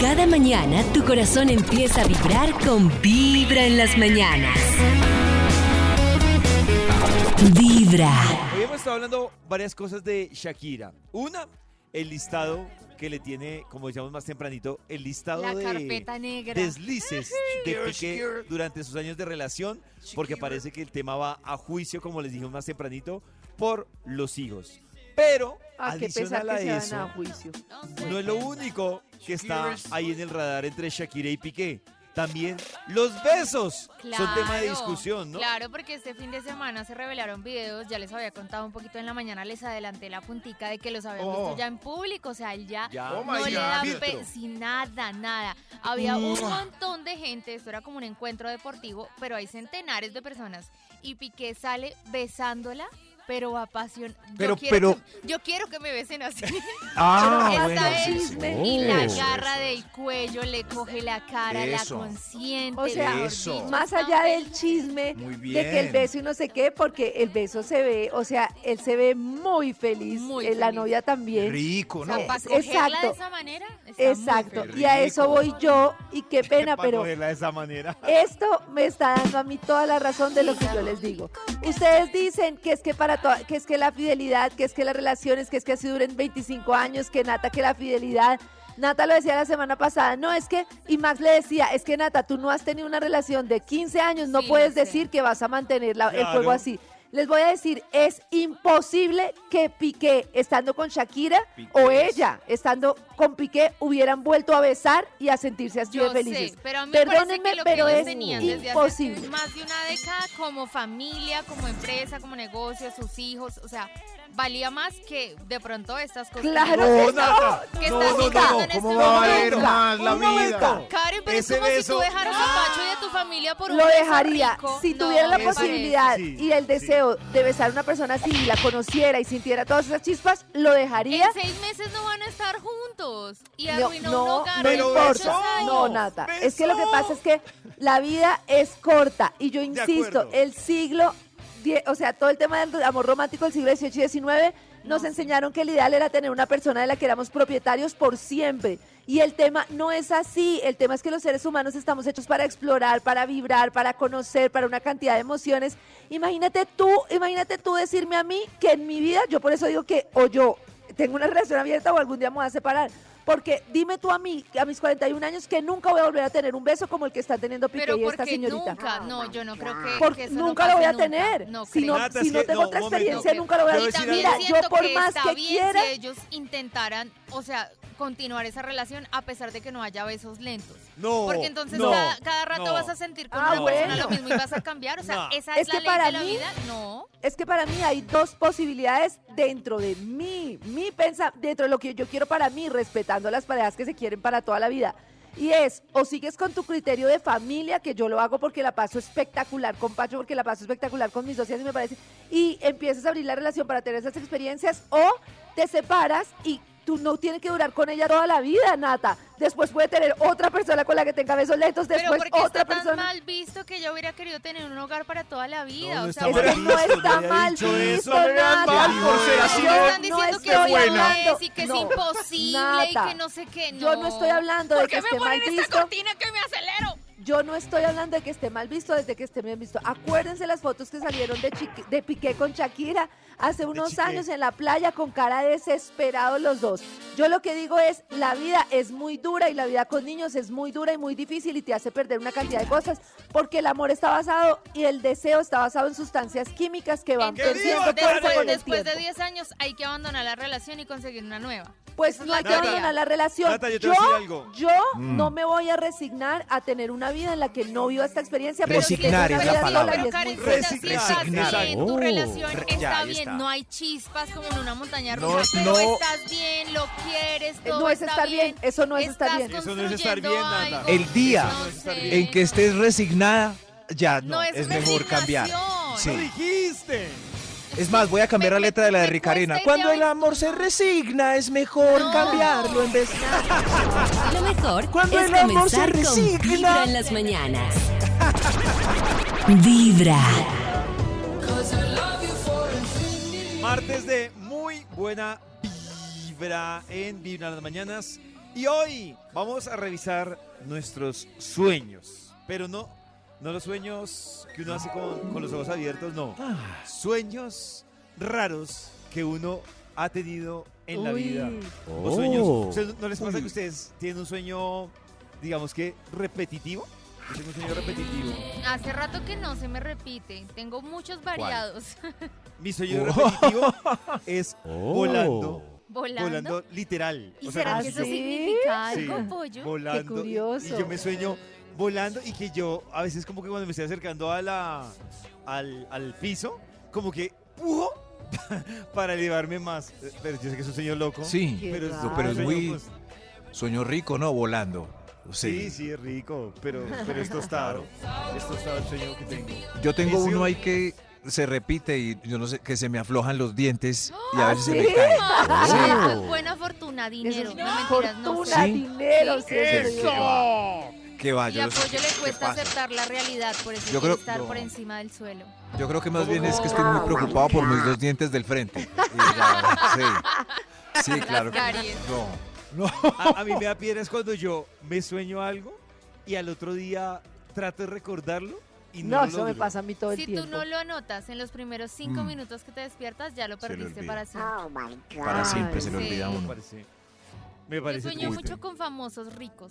Cada mañana tu corazón empieza a vibrar con Vibra en las mañanas. Vibra. Hoy hemos estado hablando varias cosas de Shakira. Una, el listado que le tiene, como decíamos más tempranito, el listado La de carpeta negra. deslices de Piqué durante sus años de relación, porque parece que el tema va a juicio, como les dijimos más tempranito, por los hijos. Pero, Ah, qué pesar adicional a que se eso, van a juicio. no es lo único que está ahí en el radar entre Shakira y Piqué. También los besos son tema de Claro, discusión, ¿no? Claro, porque este fin de semana se revelaron videos, ya les había contado un poquito en la mañana, les adelanté la puntica de que los habían Oh. visto ya en público, o sea, él ya Ya. Oh, my no le God. da Filtro. pe- sin nada, nada. Había un montón de gente, esto era como un encuentro deportivo, pero hay centenares de personas y Piqué sale besándola. Pero a pasión. Yo, Pero- quiero pero- que- yo quiero que me besen así. Ah, Esta bueno, sí, vez, sí. Y la Eso, agarra eso, del cuello, le coge la cara, Eso. la consiente. O sea, mejor Eso. dicho, Más están allá del felices. chisme, Muy de que el bien. beso y no sé qué, porque el beso se ve, o sea, él se ve muy feliz, Muy eh, la feliz. novia también. Rico, O ¿no? sea, para cogerla Exacto. de esa manera. está muy Exacto, feliz. y a eso voy yo, y qué pena, Para pero cogerla de esa manera. esto me está dando a mí toda la razón de lo que yo les digo. Ustedes dicen que es que para toda- que es que la fidelidad, que es que las relaciones, que es que así duren 25 años, que Nata que la fidelidad. Nata lo decía la semana pasada, no es que, y Max le decía, es que Nata, tú no has tenido una relación de 15 años, no Sí, puedes lo sé. decir que vas a mantener la- el Claro. juego así. Les voy a decir, es imposible que Piqué, estando con Shakira o Piqué. ella, estando con Piqué, hubieran vuelto a besar y a sentirse así Yo de felices. sé, pero a mí me Perdónenme, parece que lo pero que ellos es tenían desde imposible. hace más de una década como familia, como empresa, como negocio, sus hijos, o sea, valía más que de pronto estas cosas. Claro Pues, No, que Nata. ¿Qué No, estás no, no, buscando no. en este ¿Cómo va a valer momento? más la Un momento. vida? Karen, pero es Ese como si beso- tú dejaras ¡Ah! a Pacho y a tu familia por un Lo beso dejaría. rico. Si No, tuviera la me posibilidad Sí, y el sí. deseo de besar a una persona así, y la conociera y sintiera todas esas chispas, lo parece. dejaría. En seis meses no van a estar juntos. Y No, arruinó un no, hogar no de muchos importa. años. No, Nata. Es que lo que pasa es que la vida es corta. Y yo insisto, acuerdo. el siglo, die- o sea, todo el tema del amor romántico del siglo XVIII y XIX nos No, sí. enseñaron que el ideal era tener una persona de la que éramos propietarios por siempre. Y el tema no es así. El tema es que los seres humanos estamos hechos para explorar, para vibrar, para conocer, para una cantidad de emociones. Imagínate tú, imagínate tú decirme a mí que en mi vida, yo por eso digo que o yo tengo una relación abierta o algún día me voy a separar. Porque dime tú a mí, a mis 41 años, que nunca voy a volver a tener un beso como el que está teniendo Piqué Pero y esta porque señorita. nunca, no, yo no creo que, Porque que eso no nunca lo voy a pase nunca. tener. No si creo. no, Nata, si es no que- tengo no, otra un momento. experiencia, No, nunca lo voy a Quiero Y tener. decir también Mira, algo. yo siento por que más está que bien quiera, si ellos intentaran, o sea, continuar esa relación a pesar de que no haya besos lentos. No, Porque entonces no, cada, cada rato no. vas a sentir con Ah, una persona bueno. lo mismo y vas a cambiar. O sea, No. esa es, Es la que ley para de la mí- vida. No. es que para mí hay dos posibilidades dentro de mí, mi pensa, dentro de lo que yo quiero para mí, respetando las parejas que se quieren para toda la vida. Y es, o sigues con tu criterio de familia, que yo lo hago porque la paso espectacular con Pacho, porque la paso espectacular con mis socias y me parece, y empiezas a abrir la relación para tener esas experiencias, o te separas y tú no tienes que durar con ella toda la vida, Nata. Después puede tener otra persona con la que tenga besos lentos, después Pero porque otra está persona. tan mal visto que yo hubiera querido tener un hogar para toda la vida. No, no o está sea, Es mal que no visto, está nadie ha mal dicho visto, eso. No le dan Nata. mal por ser así, Yo ¿no? están diciendo no que estoy hoy no hablando- es y que no, es imposible y Nata, que no sé qué. No. Yo no estoy hablando de ¿Por que qué me esté mal ponen esta visto. cortina que me acelero? Yo no estoy hablando de que esté mal visto desde que esté bien visto. Acuérdense las fotos que salieron de, Chiqui- de Piqué con Shakira hace unos Chiqué. años en la playa con cara desesperado los dos. Yo lo que digo es, la vida es muy dura y la vida con niños es muy dura y muy difícil y te hace perder una cantidad de cosas porque el amor está basado y el deseo está basado en sustancias químicas que van ¡Que viva perdiendo Karen! fuerza después, con el después de tiempo. 10 años hay que abandonar la relación y conseguir una nueva. Pues Esa es no la hay que teoría. abandonar la relación. Nata, yo te yo voy a decir algo. yo Mm. no me voy a resignar a tener una vida en la que no viva esta experiencia. porque Resignar tengo es una la vida sola y palabra. Pero es muy Karen, fuerte. si Resignar, estás bien, exacto. tu relación Re- ya, está ahí bien, está. no hay chispas como en una montaña No, rusa, pero no. estás bien, lo quieres, todo Eh, no es está estar bien, eso no es estás estar bien. Eso no es estar bien, construyendo Nata. algo, El día no sé. En que estés resignada, ya no, No, es, es mejor cambiar. resignación. ¡Lo Sí. dijiste! Es más, voy a cambiar la Me- letra de la de me Ricarena. cuesta y Cuando te el doy- amor se resigna, es mejor No. cambiarlo en vez Lo mejor Cuando es el amor comenzar se con resigna. Vibra en las mañanas. Vibra. Martes de muy buena vibra en Vibra en las Mañanas. Y hoy vamos a revisar nuestros sueños, pero no, no los sueños que uno hace con, con los ojos abiertos, no. Sueños raros que uno ha tenido en la vida. O sueños. Oh. ¿Ustedes ¿No les pasa que ustedes tienen un sueño, digamos que repetitivo? Yo tengo un sueño repetitivo. Hace rato que no se me repite. Tengo muchos variados. Mi sueño Oh. repetitivo es volando, ¿Volando? volando literal. ¿Y O sea, será ah, como que si eso yo- sí? significa Sí. algo, pollo? volando. y- curioso. Y, yo me sueño volando y que yo a veces como que cuando me estoy acercando a la, al, al piso, como que pujo para elevarme más. Eh, Pero yo sé que es un sueño loco. Qué Sí, Pero es, raro. pero es un sueño, muy- pues, sueño rico, ¿no? Volando. Sí, Sí. sí, es rico, pero, pero es tostado. Es tostado el sueño que tengo. Yo tengo Sí, sí. uno ahí que se repite y yo no sé, que se me aflojan los dientes y a veces se ¿sí? me caen. Ah, Sí. eso es buena fortuna, Eso dinero. es No mentiras, no fortuna, sé. Sí. dinero. Sí. sí, eso es verdad. Que va, Y yo a no sé Pollo qué le cuesta pasa. aceptar la realidad, por eso quiere Yo creo- estar no. por encima del suelo. Yo creo que más bien es que estoy muy preocupado por mis dos dientes del frente. Y ya, sí. Sí, claro. que- caries. No. No. A, a mí me da piedra es cuando yo me sueño algo y al otro día trato de recordarlo y no, No, lo eso me logro. pasa a mí todo el Si tú tiempo. no lo anotas en los primeros cinco Mm. minutos que te despiertas, ya lo Se le perdiste olvida. Ah, para siempre. Para Ay, siempre se le sí. olvida a Me uno. parece. Me Yo parece sueño triste. mucho con famosos ricos.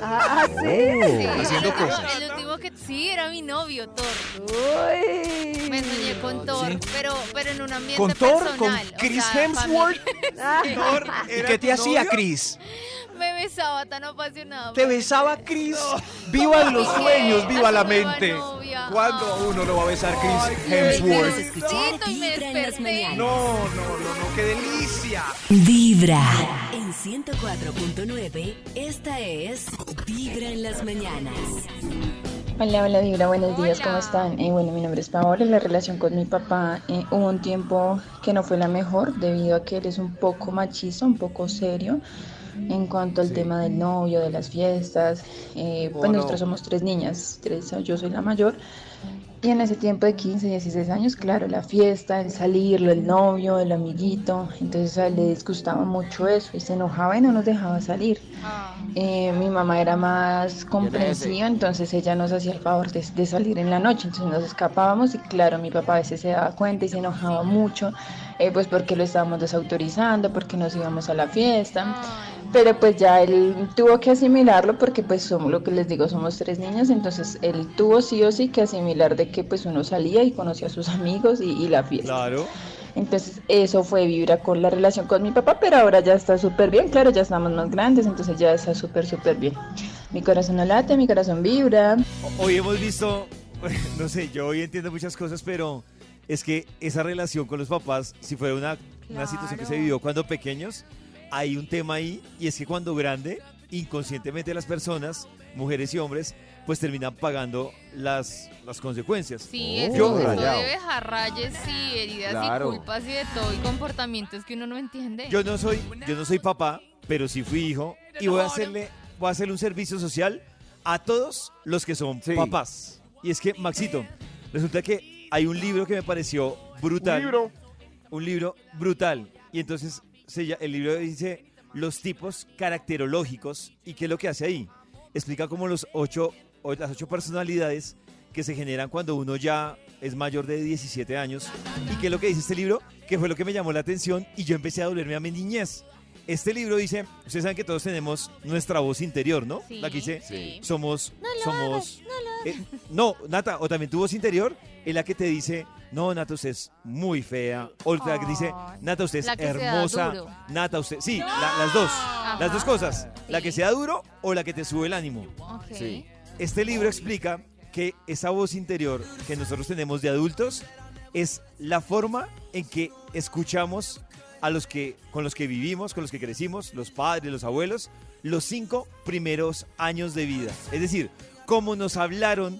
Ah, sí. Sí, Oh, Haciendo el último- cosas. El último que sí era mi novio, Thor. Oh. Uy. Me soñé con Thor, Sí. pero, pero en un ambiente Con Thor, personal. con o Chris sea, Hemsworth. Ah, Thor, ¿Y ¿era qué te tu hacía, novio? Chris? familia. Me besaba tan apasionado. Te besaba Chris. Viva los Dije, sueños, viva "Ay, la nueva mente. novia, ¿Cuándo ah". a uno lo va a besar Chris Ay, Hemsworth? Queremos escuchar Siento y me Vibra en las desperté. mañanas. No, no, no, no, qué delicia. Vibra. En 104.9, esta es Vibra en las mañanas. Hola, hola Vibra, buenos días, ¿cómo Hola. están? Eh, bueno, mi nombre es Paola, la relación con mi papá eh, hubo un tiempo que no fue la mejor debido a que él es un poco machista, un poco serio en cuanto al tema del novio, de las fiestas. Eh, pues nosotros somos tres niñas, tres, yo soy la mayor. Y en ese tiempo de 15, 16 años, claro, la fiesta, el salir, el novio, el amiguito, entonces a él le disgustaba mucho eso y se enojaba y no nos dejaba salir. Ah, Eh, mi mamá era más comprensiva, entonces ella nos hacía el favor de, de salir en la noche, entonces nos escapábamos y claro, mi papá a veces se daba cuenta y se enojaba mucho, eh, pues porque lo estábamos desautorizando, porque nos íbamos a la fiesta, ay, pero pues ya él tuvo que asimilarlo porque pues somos lo que les digo, somos tres niñas, entonces él tuvo sí o sí que asimilar de que pues uno salía y conocía a sus amigos y, y la fiesta. Claro. Entonces eso fue vibra con la relación con mi papá, pero ahora ya está súper bien, claro, ya estamos más grandes, entonces ya está súper, súper bien. Mi corazón no late, mi corazón vibra. Hoy hemos visto, no sé, yo hoy entiendo muchas cosas, pero es que esa relación con los papás, si fuera una, una situación que se Claro. vivió cuando pequeños, hay un tema ahí y es que cuando grande, inconscientemente las personas, mujeres y hombres, pues terminan pagando las, las consecuencias. Sí, Oh, eso, eso rayado. de dejar rayes y heridas Claro. y culpas y de todo y comportamientos que uno no entiende. Yo no soy, yo no soy papá, pero sí fui hijo y voy a hacerle, voy a hacerle un servicio social a todos los que son Sí. papás. Y es que Maxito, resulta que hay un libro que me pareció brutal. Un libro, brutal. Y entonces se lla- el libro dice los tipos caracterológicos y qué es lo que hace ahí. Explica como los ocho, o las ocho personalidades que se generan cuando uno ya es mayor de 17 años. ¿Y qué es lo que dice este libro? Que fue lo que me llamó la atención y yo empecé a dolerme a mi niñez. Este libro dice, ustedes saben que todos tenemos nuestra voz interior, ¿no? Sí, La que dice, sí. somos, somos... eh, no, Nata, o también tu voz interior es la que te dice, no, Nata, usted es muy fea. O la que dice, Ay. Nata, usted es La que se da duro. hermosa. Nata, usted... Sí, la- las dos. Las dos cosas. La que Sí. sea duro o la que te sube el ánimo. Ok. Este libro explica que esa voz interior que nosotros tenemos de adultos es la forma en que escuchamos a los que con los que vivimos, con los que crecimos, los padres, los abuelos, los cinco primeros años de vida. Es decir, cómo nos hablaron,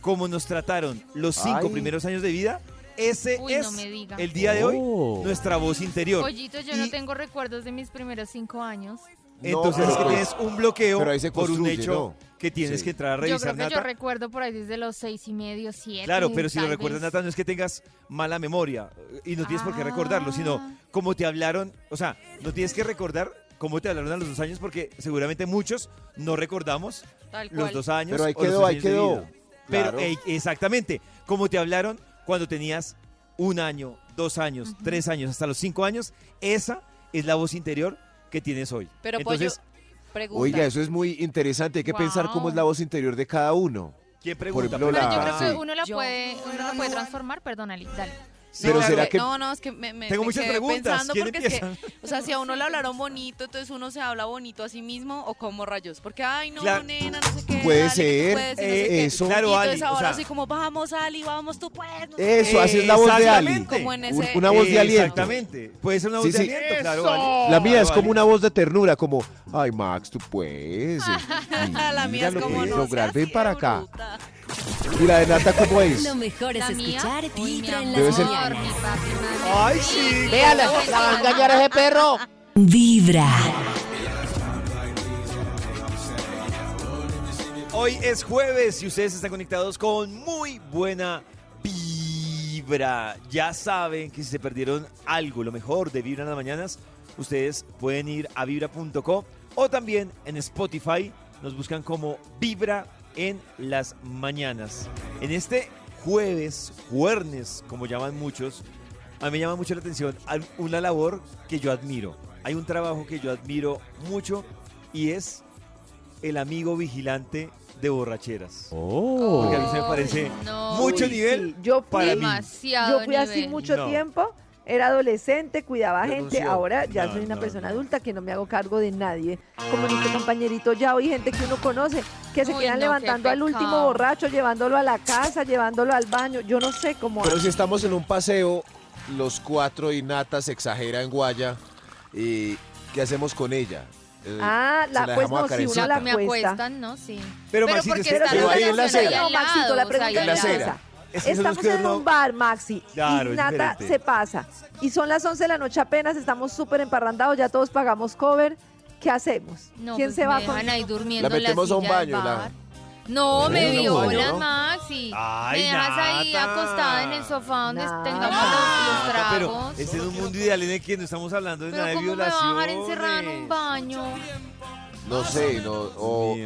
cómo nos trataron los cinco Ay. primeros años de vida, ese Uy, es no me diga. el día de hoy nuestra voz interior. Pollito, yo no Y- tengo recuerdos de mis primeros cinco años. Entonces es que pues, tienes un bloqueo pero ahí se por un construye, hecho que tienes Sí. que entrar a Yo revisar. creo que yo Nata. recuerdo por ahí desde los seis y medio, siete. Claro, pero si lo tal recuerdas, vez. Nata, no es que tengas mala eh, memoria y no tienes por qué recordarlo, sino Ah. cómo te hablaron, o sea, no tienes que recordar cómo te hablaron a los dos años, porque seguramente muchos no recordamos Tal cual. los dos años. Pero ahí o los quedó, dos ahí años de quedó. vida. Pero Claro. ey, exactamente, como te hablaron cuando tenías un año, dos años, tres años, hasta los cinco años, esa es la voz interior que tienes hoy. Pero pues, Entonces, Pollo, pregunta. Oiga, eso es muy interesante. Hay que pensar cómo es la voz interior de cada uno. ¿quién pregunta? ejemplo, Pero la- Yo yo creo creo que sí. uno la Yo- puede, uno la puede transformar, perdón, Ali, dale. Sí, Pero claro. será que- No, no, es que me, me- Tengo me muchas quedé preguntas. pensando ¿Quién porque es que, empieza? o sea, si a uno le hablaron bonito, entonces uno se habla bonito a sí mismo o como rayos, porque ay, no, Claro. nena, no sé qué. Puede dale, que tú ser, puedes, y no eh, sé qué. eso. Y Claro, entonces Ali, o ahora sea- así como, vamos, Ali, vamos, tú puedes. no sé Eso, así es la voz de Ali. Exactamente. Como en Un- ese- Una voz de aliento. Eh, Exactamente. Puede ser una voz Sí, de sí. aliento, claro. vale. La mía Claro, es como vale. una voz de ternura, como, ay Max, tú puedes. La mía es lo como puedes no. seas lograr, ven para bruta. acá. Y la de Nata, ¿cómo es? Lo mejor es ¿La mía? escuchar Uy, mi Vibra en Debe las ser- amor, mi mañanas. papi, mami. Ay, sí. Véala, la va a engañar a ese perro. Vibra. Hoy es jueves y ustedes están conectados con muy buena vibra. Ya saben que si se perdieron algo, lo mejor de Vibra en las mañanas, ustedes pueden ir a vibra.co o también en Spotify nos buscan como Vibra en las mañanas. En este jueves, juernes, como llaman muchos, a mí me llama mucho la atención al- una labor que yo admiro. Hay un trabajo que yo admiro mucho y es el amigo vigilante de borracheras. Oh. Porque a mí se me parece No, mucho Uy, nivel sí, Yo fui, para mí. demasiado yo fui así nivel. mucho No. tiempo. Era adolescente, cuidaba gente. Renunció. Ahora ya No, soy una no, persona no. adulta que no me hago cargo de nadie. Como nuestro compañerito ya hoy gente que uno conoce, que se Uy, quedan no, qué levantando al último pecado. borracho, llevándolo a la casa, llevándolo al baño. Yo no sé cómo. Pero si estamos en un paseo, los cuatro y Nata se exagera en Guaya, ¿y ¿qué hacemos con ella? Eh, Ah, la- se pues no, si uno Karencita. la- Me Acuesta. acuestan, ¿no? Sí. Pero, Maxito, porque es que- están Pero los ahí en la dos ahí acera. al No, Maxito, la lado, o sea, ahí pregunta en la al es lado. acera. esa. es que son los Estamos que en uno- un bar, Maxi, Claro, y es Nata diferente. se pasa. Y son las 11 de la noche apenas, estamos súper emparrandados, ya todos pagamos cover. ¿Qué hacemos? No, ¿Quién pues se me va con dejan ahí durmiendo La en metemos a un silla del baño, la- bar. No, me Bueno, violan, bueno. Maxi. Ay, me dejas ahí Nata. acostada en el sofá donde Nada. tengamos los, los Ah, Pero tragos. este es un mundo ideal en el que no estamos hablando de Pero nada de ¿cómo me violación. va a dejar encerrada en un baño? No sé, no, o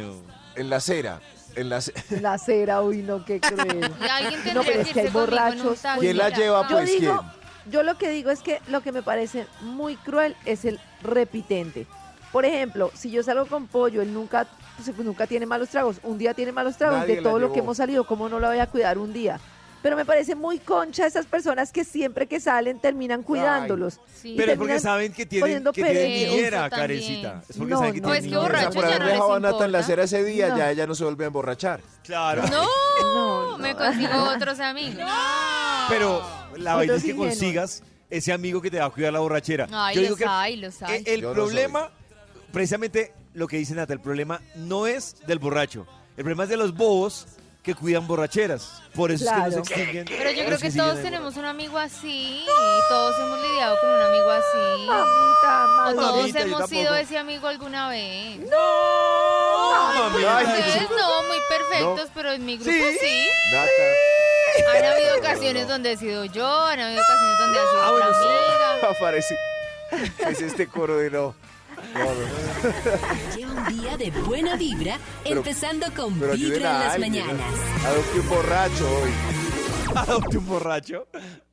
en la acera. En la, ce- la acera? Uy, no, qué cruel. Y alguien tendría No, pero que es que hay irse conmigo en un borrachos. taxi. ¿Quién la lleva, Ah, Yo pues? digo, yo lo que digo es que lo que me parece muy cruel es el repitente. Por ejemplo, si yo salgo con pollo, él nunca, pues, nunca tiene malos tragos. Un día tiene malos tragos Nadie de la todo lo llevó. que hemos salido, ¿cómo no lo voy a cuidar un día? Pero me parece muy concha esas personas que siempre que salen terminan cuidándolos. sí. Pero es porque terminan saben que tienen, poniendo que tienen pereza. niñera, Eso también. carecita. Es porque No, saben que no, tienen es que niñera. o sea, borrachos por Pues ya haber no les dejado a Nata en Pues la importa. acera ese día, No. ya ella no se vuelve a emborrachar. Claro. No, No, no. me consigo otros amigos. Pero la Otros vaina es que ingenuos. consigas ese amigo que te va a cuidar la borrachera. Ay, Yo digo los que hay, los hay. Eh, El Yo no problema, precisamente lo que dice Nata, el problema no es del borracho. El problema es de los bobos que cuidan borracheras. Por eso es que Claro. nos extinguen. Pero yo creo los que siguen todos ahí tenemos un amigo así y todos hemos lidiado con un amigo así. Mamita, O madre. todos mamita, yo hemos tampoco. sido ese amigo alguna vez. borrados. No, mamita, Ay, Ustedes sí. no, muy perfectos, pero en mi grupo Sí. sí. Nata. Han habido No, ocasiones no. donde he sido yo, han habido ocasiones donde ha sido Ah, otra bueno, sí. amiga. Aparece. Es este coro de no. No, no. Lleva un día de buena vibra, Pero- empezando con Pero Vibra en ayuden a las alguien. mañanas. Adopte un borracho hoy. Adopte un borracho.